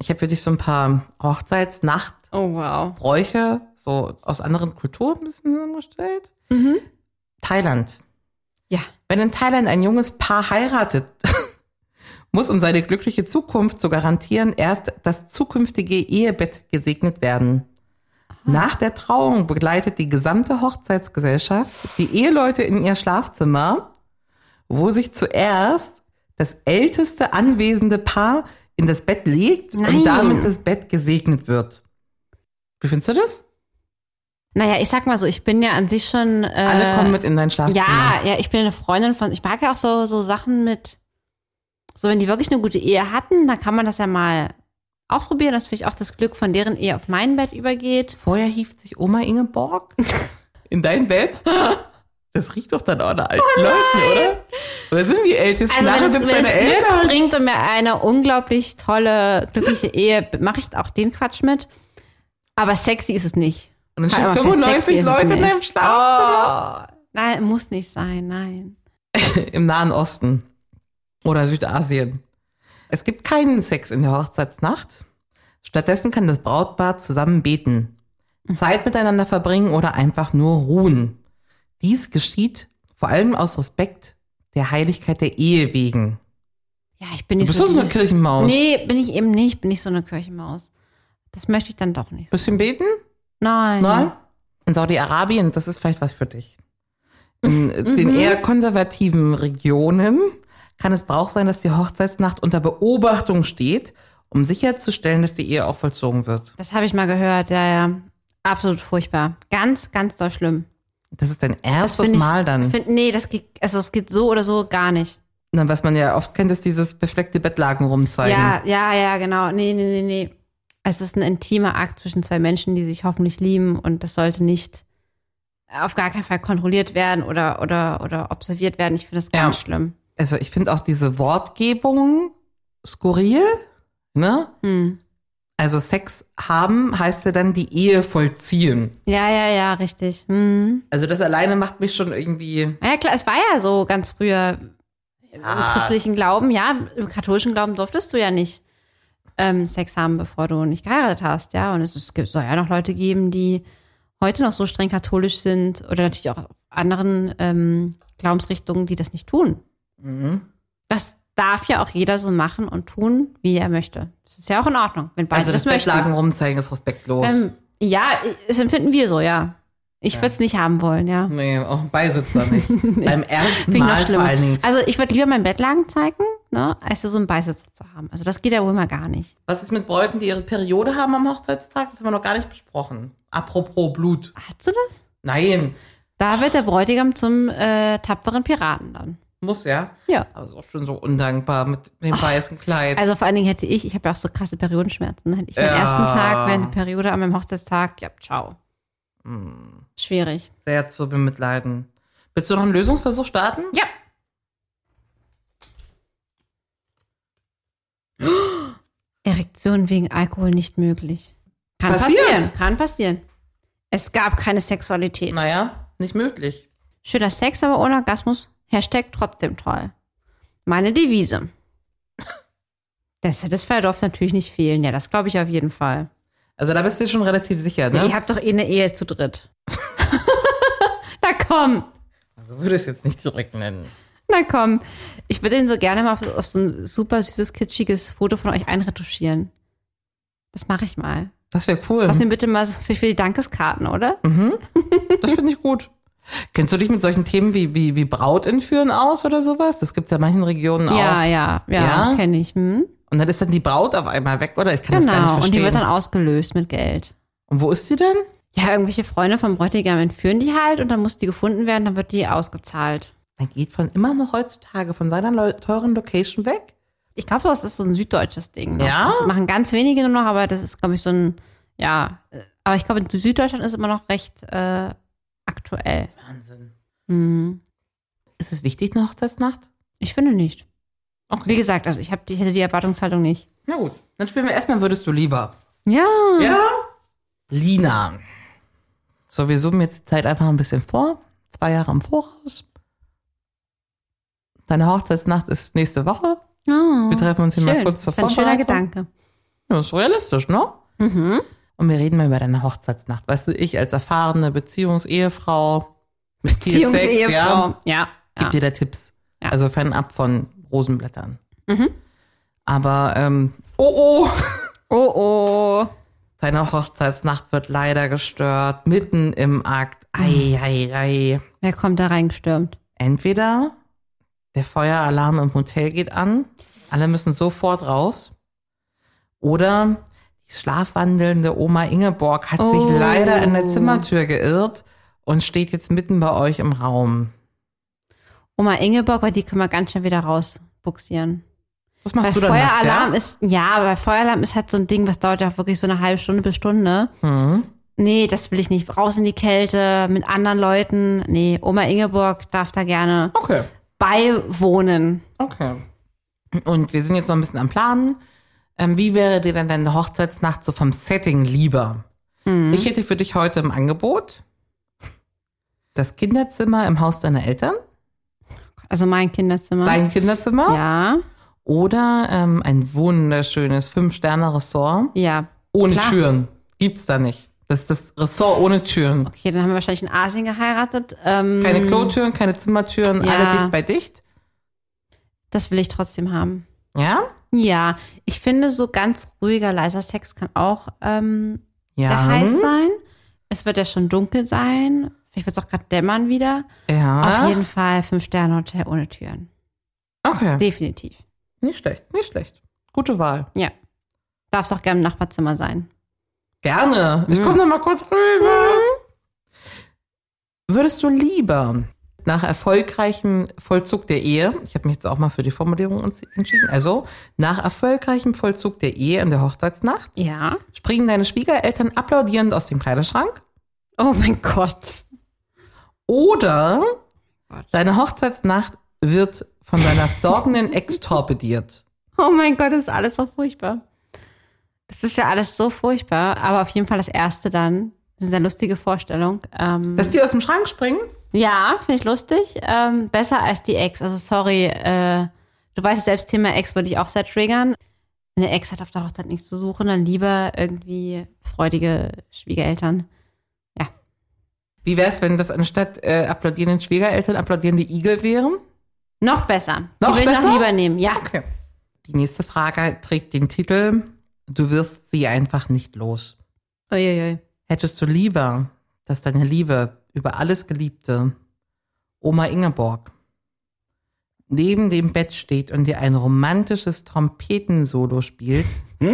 Ich habe für dich so ein paar Hochzeitsnachtbräuche, Oh wow. so aus anderen Kulturen ein bisschen zusammengestellt. Thailand. Ja. Wenn in Thailand ein junges Paar heiratet, muss, um seine glückliche Zukunft zu garantieren, erst das zukünftige Ehebett gesegnet werden. Nach der Trauung begleitet die gesamte Hochzeitsgesellschaft die Eheleute in ihr Schlafzimmer, wo sich zuerst das älteste anwesende Paar in das Bett legt Nein. und damit das Bett gesegnet wird. Wie findest du das? Naja, ich sag mal so, ich bin ja an sich schon. Äh, Alle kommen mit in dein Schlafzimmer. Ja, ja, ich bin eine Freundin von. Ich mag ja auch so, so Sachen mit. So, wenn die wirklich eine gute Ehe hatten, dann kann man das ja mal auch probieren, dass vielleicht auch das Glück von deren Ehe auf mein Bett übergeht. Vorher hieft sich Oma Ingeborg in dein Bett. Das riecht doch dann auch nach alten Leuten, oder? Wer sind die Ältesten? Oh Also, wenn Nachher es, gibt's wenn deine es Glück Eltern. bringt und mir eine unglaublich tolle, glückliche Ehe, mache ich auch den Quatsch mit. Aber sexy ist es nicht. Und dann stehen Aber 95 sexy ist es Leute in nicht. deinem Schlafzimmer. Oh, nein, muss nicht sein, nein. Oh. Im Nahen Osten oder Südasien. Es gibt keinen Sex in der Hochzeitsnacht. Stattdessen kann das Brautpaar zusammen beten, Zeit miteinander verbringen oder einfach nur ruhen. Dies geschieht vor allem aus Respekt der Heiligkeit der Ehe wegen. Ja, ich bin Du nicht bist so doch so eine die- Kirchenmaus. Nee, bin ich eben nicht. Bin ich so eine Kirchenmaus. Das möchte ich dann doch nicht. Bisschen beten? Nein. Nein? Mhm. In Saudi-Arabien, das ist vielleicht was für dich. In äh, Mhm. den eher konservativen Regionen kann es Brauch sein, dass die Hochzeitsnacht unter Beobachtung steht, um sicherzustellen, dass die Ehe auch vollzogen wird. Das habe ich mal gehört. Ja, ja. Absolut furchtbar. Ganz, ganz doll schlimm. Das ist dein erstes find ich- Mal dann. Find, nee, das geht, also das geht so oder so gar nicht. Na, was man ja oft kennt, ist dieses befleckte Bettlaken rumzeigen. Ja, ja, ja, genau. Nee, nee, nee, nee. Es ist ein intimer Akt zwischen zwei Menschen, die sich hoffentlich lieben und das sollte nicht auf gar keinen Fall kontrolliert werden oder, oder, oder observiert werden. Ich finde das ganz Ja. schlimm. Also ich finde auch diese Wortgebung skurril, ne? Hm. Also Sex haben heißt ja dann die Ehe vollziehen. Ja, ja, ja, richtig. Hm. Also das alleine macht mich schon irgendwie Ja, klar, es war ja so ganz früher Ah. im christlichen Glauben, ja, im katholischen Glauben durftest du ja nicht ähm, Sex haben, bevor du nicht geheiratet hast, ja. Und es, ist, es soll ja noch Leute geben, die heute noch so streng katholisch sind oder natürlich auch anderen ähm, Glaubensrichtungen, die das nicht tun. Mhm. Das darf ja auch jeder so machen und tun, wie er möchte. Das ist ja auch in Ordnung, wenn beide Also das das möchten. Bettlaken rumzeigen ist respektlos. Ähm, ja, das empfinden wir so, ja. Ich würde es nicht haben wollen, ja. nee, auch ein Beisitzer nicht. Beim ersten Finde ich Mal noch vor allen schlimmer. Dingen. Also ich würde lieber mein Bettlaken zeigen, ne, als so einen Beisitzer zu haben. Also das geht ja wohl mal gar nicht. Was ist mit Bräuten, die ihre Periode haben am Hochzeitstag? Das haben wir noch gar nicht besprochen. Apropos Blut. Hast du das? Nein, Da wird der Bräutigam zum äh, tapferen Piraten dann. muss ja. Ja. Aber ist auch schon so undankbar mit dem weißen Kleid. Also vor allen Dingen hätte ich, ich habe ja auch so krasse Periodenschmerzen, ne? hätte ich meinen Ja. ersten Tag, während der Periode an meinem Hochzeitstag, ja, ciao. Hm. Schwierig. Sehr zu bemitleiden. Willst du noch einen Lösungsversuch starten? Ja. Erektion wegen Alkohol nicht möglich. Kann Passiert. passieren. Kann passieren. Es gab keine Sexualität. Naja, nicht möglich. Schöner Sex, aber ohne Orgasmus. Hashtag trotzdem toll. Meine Devise. Das, das verdorft natürlich nicht fehlen. Ja, das glaube ich auf jeden Fall. Also da bist du dir schon relativ sicher, ne? Ihr habt doch eh eine Ehe zu dritt. Na komm. So würde ich es jetzt nicht direkt nennen. Na komm, ich würde ihn so gerne mal auf, auf so ein super süßes, kitschiges Foto von euch einretuschieren. Das mache ich mal. Das wäre cool. Lass mir bitte mal so für, für die Dankeskarten, oder? Das finde ich gut. Kennst du dich mit solchen Themen wie, wie, wie Braut entführen aus oder sowas? Das gibt es ja in manchen Regionen Ja, auch. ja, ja, Ja? kenne ich. Hm? Und dann ist dann die Braut auf einmal weg, oder? Ich kann das gar nicht Genau, und verstehen. die wird dann ausgelöst mit Geld. Und wo ist sie denn? Ja, irgendwelche Freunde vom Bräutigam entführen die halt und dann muss die gefunden werden, dann wird die ausgezahlt. Man geht von immer noch heutzutage von seiner leu- teuren Location weg. Ich glaube, das ist so ein süddeutsches Ding. Noch. Ja? Das machen ganz wenige nur noch, aber das ist, glaube ich, so ein, ja. äh, Aber ich glaube, in Süddeutschland ist immer noch recht äh, aktuell. Wahnsinn. Mhm. Hm. Ist es wichtig, eine Hochzeitsnacht? Ich finde nicht. Okay. Wie gesagt, also ich, hab, die- hätte die Erwartungshaltung nicht. Na gut. Dann spielen wir erstmal Würdest du lieber. Ja. Ja? Lina. So, wir zoomen jetzt die Zeit einfach ein bisschen vor. Zwei Jahre im Voraus. Deine Hochzeitsnacht ist nächste Woche. Oh. Wir treffen uns hier mal Schön. kurz zur Das war ein schöner Vorbereitung. Gedanke. Ja, ist realistisch, ne? Mhm. Und wir reden mal über deine Hochzeitsnacht. Weißt du, ich als erfahrene Beziehungsehefrau mit viel Sex, ja, Beziehungsehefrau. Ja. gib ja. dir da Tipps. Ja. Mhm. Also fernab von Rosenblättern. Aber, ähm, oh, oh, Oh, oh. deine Hochzeitsnacht wird leider gestört, mitten im Akt. Ei, ei, ei. Wer kommt da reingestürmt? Entweder der Feueralarm im Hotel geht an, alle müssen sofort raus, oder die schlafwandelnde Oma Ingeborg hat Oh. sich leider in der Zimmertür geirrt und steht jetzt mitten bei euch im Raum. Oma Ingeborg, weil die können wir ganz schnell wieder rausbuxieren. Was Bei machst du dann? Feueralarm ja? ist, ja, aber bei Feueralarm ist halt so ein Ding, was dauert ja wirklich so eine halbe Stunde bis Stunde. Mhm. Nee, das will ich nicht. Raus in die Kälte mit anderen Leuten. Nee, Oma Ingeborg darf da gerne Okay, beiwohnen. okay. Und wir sind jetzt noch ein bisschen am Planen. Ähm, wie wäre dir denn deine Hochzeitsnacht so vom Setting lieber? Mhm. Ich hätte für dich heute im Angebot das Kinderzimmer im Haus deiner Eltern, Also mein Kinderzimmer. dein Kinderzimmer. ja, Oder ähm, ein wunderschönes Fünf-Sterne-Ressort ja. ohne Klar. Türen. Gibt's da nicht. Das ist das Ressort ohne Türen. Okay, dann haben wir wahrscheinlich in Asien geheiratet. Ähm, Keine Klotüren, keine Zimmertüren, Ja. alle dicht bei dicht. Das will ich trotzdem haben. Ja? Ja, ich finde, so ganz ruhiger, leiser Sex kann auch ähm, sehr Ja. heiß sein. Es wird ja schon dunkel sein. Vielleicht wird es auch gerade dämmern wieder. Ja. Auf jeden Fall Fünf-Sterne-Hotel ohne Türen. Okay. Definitiv. Nicht schlecht, nicht schlecht. Gute Wahl. Ja. Darf es auch gerne im Nachbarzimmer sein. Gerne. Mm. Ich komme noch mal kurz rüber. Würdest du lieber nach erfolgreichem Vollzug der Ehe, ich habe mich jetzt auch mal für die Formulierung uns- entschieden, also nach erfolgreichem Vollzug der Ehe in der Hochzeitsnacht Ja. springen deine Schwiegereltern applaudierend aus dem Kleiderschrank Oh mein Gott. oder deine Hochzeitsnacht wird von deiner stalkenden Ex torpediert. Oh mein Gott, das ist alles so furchtbar. Das ist ja alles so furchtbar. Aber auf jeden Fall das erste dann. Das ist eine lustige Vorstellung. Ähm, Dass die aus dem Schrank springen? ja, finde ich lustig. Ähm, besser als die Ex. Also sorry, äh, du weißt selbst, Thema Ex würde ich auch sehr triggern. Eine Ex hat auf der Hochzeit nichts zu suchen, dann lieber irgendwie freudige Schwiegereltern. Wie wäre es, wenn das anstatt äh, applaudierenden Schwiegereltern applaudierende Igel wären? Noch besser. Noch die will ich besser? noch lieber nehmen. Ja. Okay. Die nächste Frage trägt den Titel Du wirst sie einfach nicht los. Uiuiui. Hättest du lieber, dass deine Liebe über alles Geliebte, Oma Ingeborg, neben dem Bett steht und dir ein romantisches Trompetensolo spielt? Ja.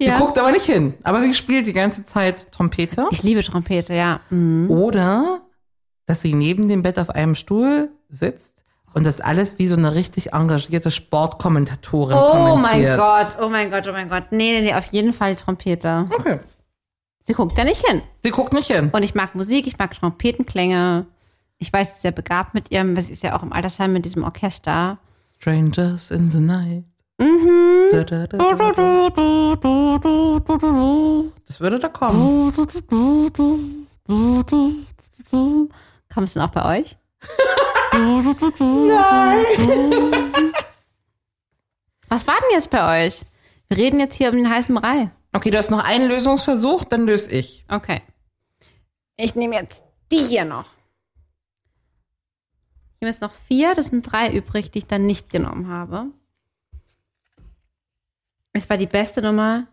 Die guckt aber nicht hin, aber sie spielt die ganze Zeit Trompete. Ich liebe Trompete, ja. Mhm. Oder dass sie neben dem Bett auf einem Stuhl sitzt und das alles wie so eine richtig engagierte Sportkommentatorin Oh mein kommentiert. Gott, oh mein Gott, oh mein Gott. Nee, nee, nee, auf jeden Fall die Trompete. Okay. Sie guckt da nicht hin. Sie guckt nicht hin. Und ich mag Musik, ich mag Trompetenklänge. Ich weiß, sie ist sehr begabt mit ihrem, was ist ja auch im Altersheim mit diesem Orchester. Strangers in the night. Mhm. Da, da, da, da, da. Das würde da kommen. Kam es denn auch bei euch? Nein. Was war denn jetzt bei euch? Wir reden jetzt hier um den heißen Brei. Okay, du hast noch einen Lösungsversuch, dann löse ich. Okay. Ich nehme jetzt die hier noch. Ich nehme jetzt noch vier, das sind drei übrig, die ich dann nicht genommen habe. Es war die beste Nummer,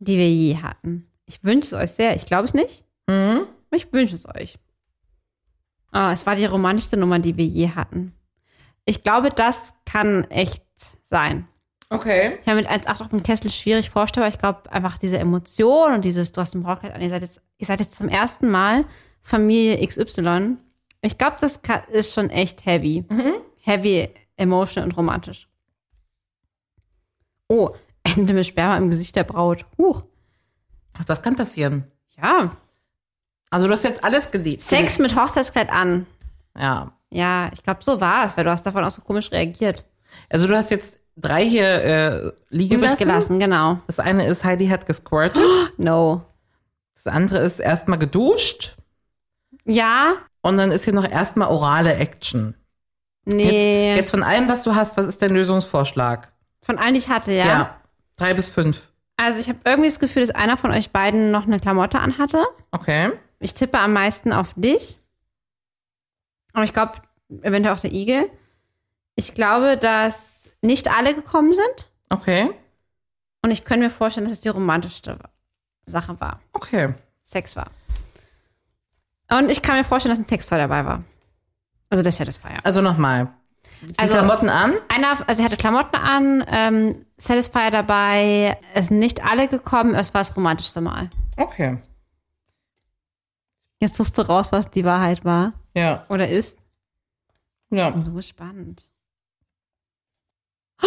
die wir je hatten. Ich wünsche es euch sehr. Ich glaube es nicht. aber Ich wünsche es euch. Ah, es war die romantischste Nummer, die wir je hatten. Ich glaube, das kann echt sein. Okay. Ich kann mir mit 1,8 auf dem Kessel schwierig vorstellen, aber ich glaube einfach diese Emotion und dieses, du hast einen Brautkleid an, ihr seid jetzt, ihr seid jetzt zum ersten Mal Familie XY. Ich glaube, das ka- ist schon echt heavy. Heavy, emotional und romantisch. Oh, Ente mit Sperma im Gesicht der Braut. Huch. Ach, das kann passieren. Ja. Also du hast jetzt alles geliebt. Sex mit Hochzeitskleid an. Ja. Ja, ich glaube, so war es, weil du hast davon auch so komisch reagiert. Also du hast jetzt drei hier äh, liegen Übrig lassen. gelassen, genau. Das eine ist, Heidi hat gesquirtet. No. Das andere ist erstmal geduscht. Ja, Und dann ist hier noch erstmal orale Action. nee. Jetzt, jetzt von allem, was du hast, was ist dein Lösungsvorschlag? Von allen, die ich hatte, ja. Drei bis fünf. Also ich habe irgendwie das Gefühl, dass einer von euch beiden noch eine Klamotte anhatte. Okay. Ich tippe am meisten auf dich. Aber ich glaube, eventuell auch der Igel. Ich glaube, dass nicht alle gekommen sind. Okay. Und ich könnte mir vorstellen, dass es die romantischste Sache war. Okay. Sex war. Und ich kann mir vorstellen, dass ein Sextoy dabei war. Also der Satisfier. Also nochmal. Die Also- Klamotten an. Einer, also er hatte Klamotten an, ähm, Satisfier dabei. Es sind nicht alle gekommen. Es war das romantischste Mal. Okay. Jetzt suchst du raus, was die Wahrheit war. Ja. Oder ist. Ja. So spannend.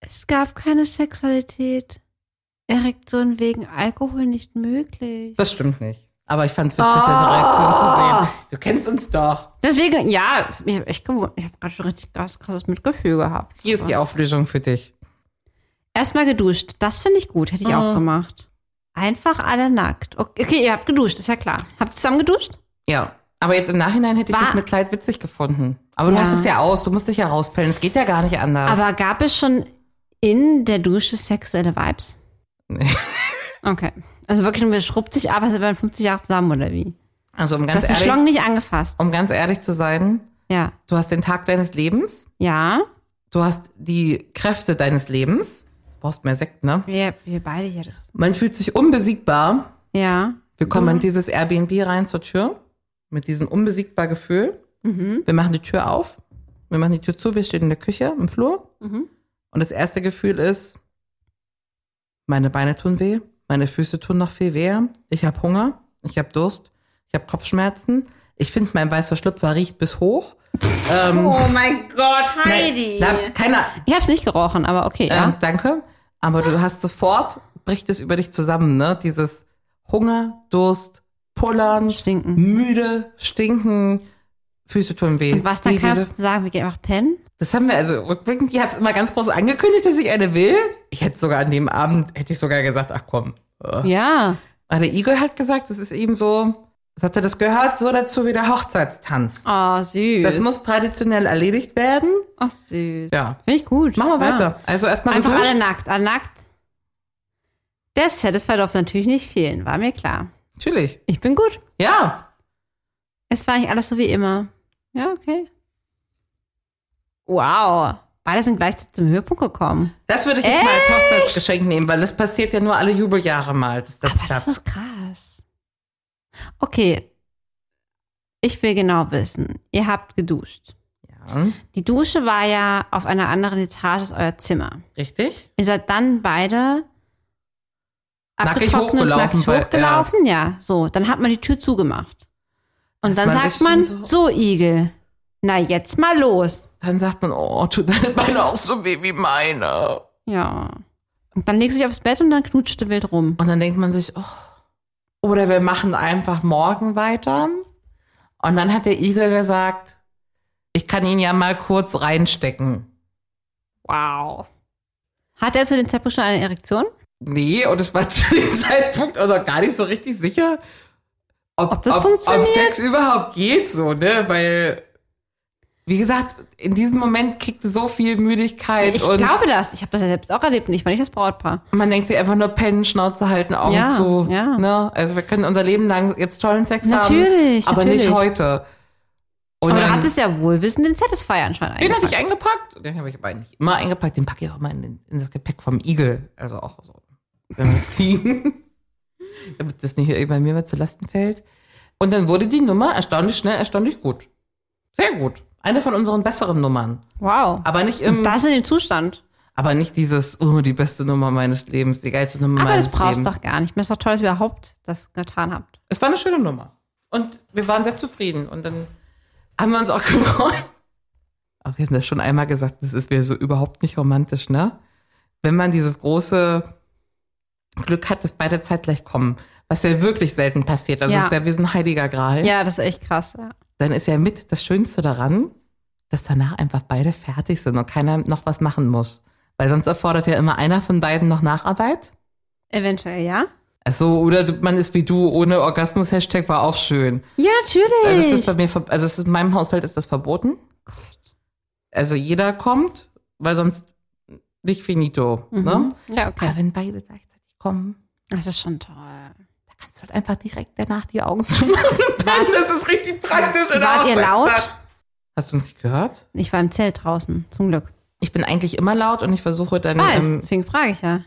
Es gab keine Sexualität. Erektion wegen Alkohol nicht möglich. Das stimmt nicht. Aber ich fand's witzig, deine Reaktion zu sehen. Du kennst uns doch. Deswegen, ja, das hat mich echt gewundert. Ich habe gerade schon richtig krass, krasses Mitgefühl gehabt. Hier ist die Auflösung für dich. Erstmal geduscht. Das finde ich gut. Hätte ich auch gemacht. Einfach alle nackt. Okay, okay, ihr habt geduscht, ist ja klar. Habt ihr zusammen geduscht? Ja. Aber jetzt im Nachhinein hätte ich War- das mit Kleid witzig gefunden. Aber du Ja. hast es ja aus. Du musst dich ja rauspellen. Es geht ja gar nicht anders. Aber gab es schon in der Dusche sexuelle Vibes? Nee. Okay. Also wirklich, man schrubbt sich ab, als wären 50 Jahre zusammen oder wie? also um Du ganz hast die ehrlich, Schlong nicht angefasst. um ganz ehrlich zu sein, Ja. du hast den Tag deines Lebens. Ja. Du hast die Kräfte deines Lebens. Du brauchst mehr Sekt, ne? Wir, wir beide hier das. Man fühlt sich unbesiegbar. Ja. Wir kommen in dieses Airbnb rein zur Tür mit diesem unbesiegbar Gefühl. Wir machen die Tür auf, wir machen die Tür zu, wir stehen in der Küche, im Flur. Und das erste Gefühl ist, meine Beine tun weh, meine Füße tun noch viel weh, ich habe Hunger, ich habe Durst, ich habe Kopfschmerzen. Ich finde, mein weißer Schlüpfer riecht bis hoch. Oh mein Gott, Na, keiner, ich hab's nicht gerochen, aber okay, Ähm, ja. danke. Aber du hast sofort, bricht es über dich zusammen, ne? Dieses Hunger, Durst, Pullern, Stinken. müde, stinken, Füße tun weh. Und was, dann Nee, kannst diese- du sagen, wir gehen einfach pennen? das haben wir also rückblickend, ich habe es immer ganz groß angekündigt, dass ich eine will. Ich hätte sogar an dem Abend, hätte ich sogar gesagt, ach komm. Äh. Ja. Aber der Igor hat gesagt, das ist eben so, das hat er das gehört, so dazu wie der Hochzeitstanz. Oh, süß. Das muss traditionell erledigt werden. Ach, süß. Ja. Finde ich gut. Machen wir Ja. weiter. Also erstmal Ah. Einfach geduscht. alle nackt, alle nackt. Der Satisfier durfte natürlich nicht fehlen, war mir klar. Natürlich. Ich bin gut. Ja. Es war eigentlich alles so wie immer. Ja, okay. Wow. Beide sind gleichzeitig zum Höhepunkt gekommen. Das würde ich jetzt mal als Hochzeitsgeschenk nehmen, weil das passiert ja nur alle Jubeljahre mal, dass das Das klappt. ist krass. Okay. Ich will genau wissen. Ihr habt geduscht. Ja, Die Dusche war ja auf einer anderen Etage als euer Zimmer. richtig? Ihr seid dann beide Nackig abgetrocknet, hochgelaufen, nackig weil- hochgelaufen, ja. So, dann hat man die Tür zugemacht. Und dann man sagt sich man, schon so Igel, na jetzt mal los. Dann sagt man, oh, tut deine Beine auch so weh wie meine. Ja. Und dann legst du dich aufs Bett und dann knutscht du wild rum. Und dann denkt man sich, oh, oder wir machen einfach morgen weiter. Und dann hat der Igel gesagt, ich kann ihn ja mal kurz reinstecken. Wow. Hat er zu dem Zeitpunkt schon eine Erektion? Nee, und es war zu dem Zeitpunkt auch noch gar nicht so richtig sicher, ob, Ob das funktioniert? Ob Sex überhaupt geht, so, ne? Weil wie gesagt, in diesem Moment kriegt sie so viel Müdigkeit Ich und glaube das. Ich habe das ja selbst auch erlebt Äh, und ich war nicht das Brautpaar. man denkt sich einfach nur pennen, Schnauze halten, Augen Ja, zu. ja. Ne? Also wir können unser Leben lang jetzt tollen Sex Natürlich, haben, aber natürlich. nicht heute. Und Aber du dann- hattest ja wohlwissend den Satisfier anscheinend Den hatte ich eingepackt. eingepackt. Den habe ich aber nicht immer eingepackt. Den packe ich auch immer in, den, in das Gepäck vom Igel. Also auch so. Wenn wir fliegen. Damit das nicht bei mir mal zu Lasten fällt. Und dann wurde die Nummer erstaunlich schnell, erstaunlich gut. Sehr gut. Eine von unseren besseren Nummern. Wow. Ähm, Aber nicht im, das in dem Zustand. aber nicht dieses, oh, die beste Nummer meines Lebens, die geilste Nummer Aber meines das brauchst Lebens. doch gar nicht. Mir ist doch toll, dass ihr überhaupt das getan habt. Es war eine schöne Nummer. Und wir waren sehr zufrieden. Und dann haben wir uns auch gefreut. Auch wir haben das schon einmal gesagt, das ist wieder so überhaupt nicht romantisch, ne? Wenn man dieses große Glück hat, dass beide zeitgleich kommen, was ja wirklich selten passiert, also Ja. es ist ja wie so ein heiliger Gral, Ja, das ist echt krass. Ja. dann ist ja mit das Schönste daran, dass danach einfach beide fertig sind und keiner noch was machen muss. Weil sonst erfordert ja immer einer von beiden noch Nacharbeit. Eventuell, ja? Also, oder man ist wie du ohne Orgasmus, Hashtag war auch schön. Ja, Also es natürlich. ist bei mir, ver- also es ist in meinem Haushalt ist das verboten. Also jeder kommt, weil sonst nicht finito. Ne? ja, okay. Aber wenn beide gleichzeitig kommen, Das ist schon toll. da kannst du halt einfach direkt danach die Augen zumachen. Dann ist es richtig praktisch. in der Wart ihr Hochzeitsnacht. laut? Hast du uns nicht gehört? Ich war im Zelt draußen, zum Glück. Ich bin eigentlich immer laut und ich versuche dann, Ich weiß, ähm, deswegen frage ich ja.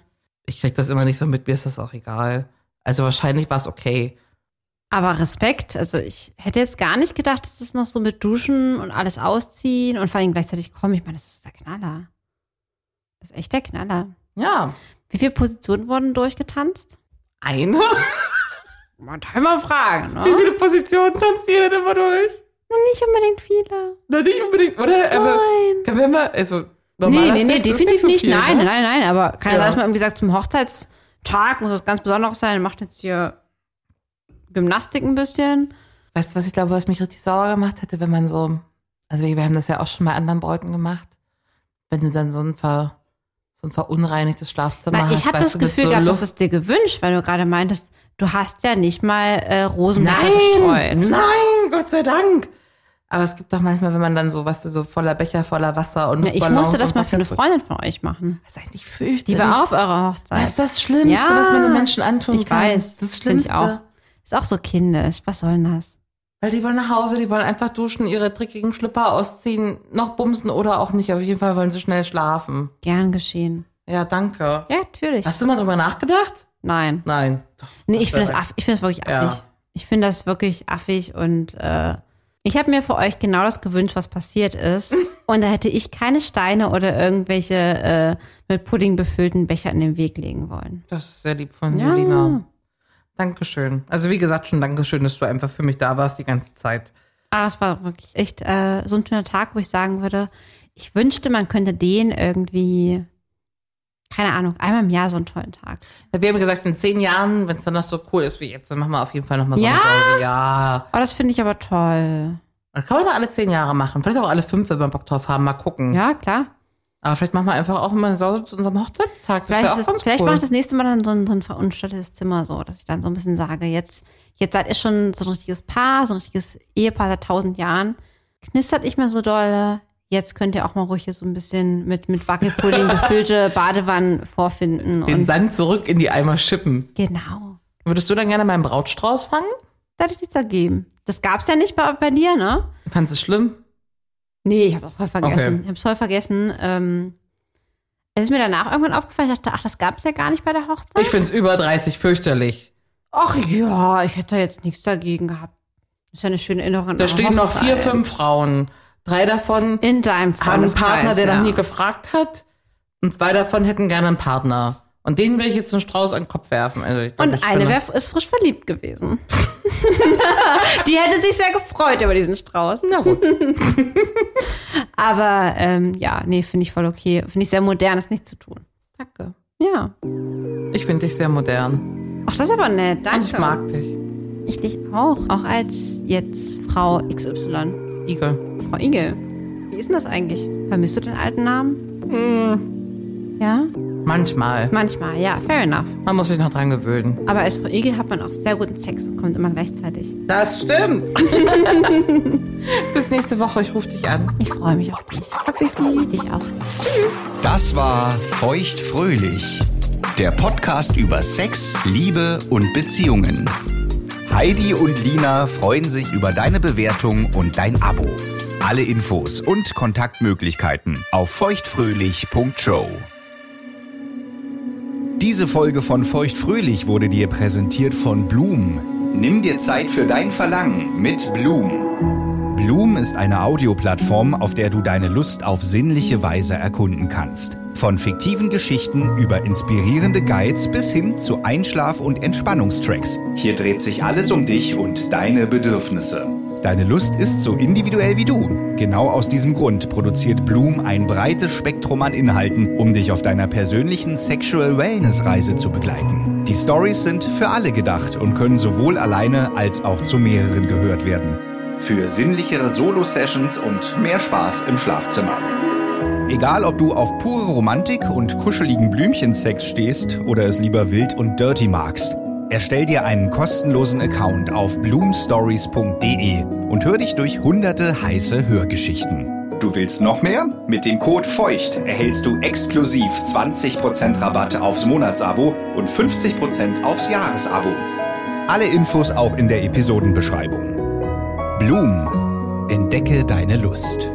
ich krieg das immer nicht so mit, mir ist das auch egal. Also wahrscheinlich war es okay. Aber Respekt, also ich hätte jetzt gar nicht gedacht, dass es noch so mit Duschen und alles ausziehen und vor allem gleichzeitig kommen. Ich meine, das ist der Knaller. Das ist echt der Knaller. Ja. Wie viele Positionen wurden durchgetanzt? Eine? Man kann mal fragen, ne? Wie viele Positionen tanzt jeder denn immer durch? Na, nicht unbedingt viele. Na, nicht unbedingt, oder? Aber Nein. Können wir mal, also Nee, normaler nee, nee, Sex ist definitiv nicht. so viel, nein, ne? nein, nein. Aber kann ja Ja. sein, dass man irgendwie sagt, zum Hochzeitstag muss was ganz Besonderes sein, macht jetzt hier Gymnastik ein bisschen. Weißt du, was ich glaube, was mich richtig sauer gemacht hätte, wenn man so, also wir wir haben das ja auch schon bei anderen Bräuten gemacht, wenn du dann so ein, ver, so ein verunreinigtes Schlafzimmer Weil hast. ich habe weißt das du, mit Gefühl so gehabt, das Luft- ist dir gewünscht, weil du gerade meintest, du hast ja nicht mal äh, Rosenblätter Nein, gestreut. nein, Gott sei Dank. Aber es gibt doch manchmal, wenn man dann so, weißt du, so voller Becher, voller Wasser und Ja, ich Luftballons musste das und mal für eine Raketen- Freundin von euch machen. Das ist eigentlich fürchterlich. Die war auf eurer Das ist Hochzeit. das Schlimmste, Ja, was man den Menschen antun Ich kann. weiß. Das ist das Finde Schlimmste. Ich auch. Ist auch so kindisch. Was soll denn das? Weil die wollen nach Hause, die wollen einfach duschen, ihre dreckigen Schlipper ausziehen, noch bumsen oder auch nicht. Auf jeden Fall wollen sie schnell schlafen. Gern geschehen. Ja, danke. Ja, natürlich. Hast du mal drüber nachgedacht? Nein. Nein. Doch, Nee, ich Gott finde sei das, Dank. aff- ich find das wirklich Ja. affig. Ich finde das wirklich affig und äh, ich habe mir für euch genau das gewünscht, was passiert ist. Und da hätte ich keine Steine oder irgendwelche äh, mit Pudding befüllten Becher in den Weg legen wollen. Das ist sehr lieb von Ja. Julina. Dankeschön. Also wie gesagt, schon Dankeschön, dass du einfach für mich da warst die ganze Zeit. Ah, es war wirklich echt äh, so ein schöner Tag, wo ich sagen würde, ich wünschte, man könnte den irgendwie, keine Ahnung, einmal im Jahr so einen tollen Tag. Wir haben gesagt, in zehn Jahren, wenn es dann noch so cool ist wie jetzt, dann machen wir auf jeden Fall nochmal so Ja? eine Sause. Ja. Oh, das finde ich aber toll. Das kann man doch alle zehn Jahre machen. Vielleicht auch alle fünf, wenn wir Bock drauf haben. Mal gucken. Ja, klar. Aber vielleicht machen wir einfach auch mal eine Sause zu unserem Hochzeitstag. Das Vielleicht, wäre auch ist, ganz vielleicht cool. mache ich das nächste Mal dann so ein, so ein verunstaltetes Zimmer so, dass ich dann so ein bisschen sage, jetzt, jetzt seid ihr schon so ein richtiges Paar, so ein richtiges Ehepaar seit tausend Jahren. Knistert nicht mehr so doll. Jetzt könnt ihr auch mal ruhig hier so ein bisschen mit, mit Wackelpudding gefüllte Badewannen vorfinden. den und Sand zurück in die Eimer schippen. genau. Würdest du dann gerne meinen Brautstrauß fangen? Da hätte ich nichts dagegen. Das gab's ja nicht bei, bei dir, ne? Fandest du es schlimm? Nee, ich habe auch voll vergessen. Okay. Ich habe es voll vergessen. Ähm, es ist mir danach irgendwann aufgefallen, ich dachte, ach, das gab's ja gar nicht bei der Hochzeit. Ich find's über 30 fürchterlich. Ach ja, ich hätte jetzt nichts dagegen gehabt. Ist ja eine schöne Erinnerung. Da an stehen noch Hochzeit. vier, fünf Frauen. Drei davon In haben einen deinem Freundeskreis. Partner, der ja. noch nie gefragt hat. Und zwei davon hätten gerne einen Partner. Und denen will ich jetzt einen Strauß an den Kopf werfen. Also ich glaub, ich Und eine spinne. wär, ist frisch verliebt gewesen. Die hätte sich sehr gefreut über diesen Strauß. Na gut. Aber ähm, ja, nee, finde ich voll okay. Finde ich sehr modern, das nicht zu tun. Danke. Ja. Ich finde dich sehr modern. Ach, das ist aber nett. Danke. Und ich mag dich. Ich dich auch. Auch als jetzt Frau XY. Igel. Frau Ingel. Wie ist denn das eigentlich? Vermisst du den alten Namen? Ja? Manchmal. Manchmal, ja, fair enough. Man muss sich noch dran gewöhnen. Aber als Frau Igel hat man auch sehr guten Sex und kommt immer gleichzeitig. Das stimmt. Bis nächste Woche, ich rufe dich an. Ich freue mich auf dich. Hab dich lieb. Dich auch. Das war Feuchtfröhlich, der Podcast über Sex, Liebe und Beziehungen. Heidi und Lina freuen sich über deine Bewertung und dein Abo. Alle Infos und Kontaktmöglichkeiten auf feuchtfröhlich.show. Diese Folge von Feuchtfröhlich wurde dir präsentiert von Blum. Nimm dir Zeit für dein Verlangen mit Blum. Bloom ist eine Audioplattform, auf der du deine Lust auf sinnliche Weise erkunden kannst. Von fiktiven Geschichten über inspirierende Guides bis hin zu Einschlaf- und Entspannungstracks. Hier dreht sich alles um dich und deine Bedürfnisse. Deine Lust ist so individuell wie du. Genau aus diesem Grund produziert Bloom ein breites Spektrum an Inhalten, um dich auf deiner persönlichen Sexual Wellness Reise zu begleiten. Die Stories sind für alle gedacht und können sowohl alleine als auch zu mehreren gehört werden für sinnlichere Solo-Sessions und mehr Spaß im Schlafzimmer. Egal, ob du auf pure Romantik und kuscheligen Blümchensex stehst oder es lieber wild und dirty magst, erstell dir einen kostenlosen Account auf bloomstories.de und hör dich durch hunderte heiße Hörgeschichten. Du willst noch mehr? Mit dem Code FEUCHT erhältst du exklusiv 20% Rabatt aufs Monatsabo und 50% aufs Jahresabo. Alle Infos auch in der Episodenbeschreibung. Blum. Entdecke deine Lust.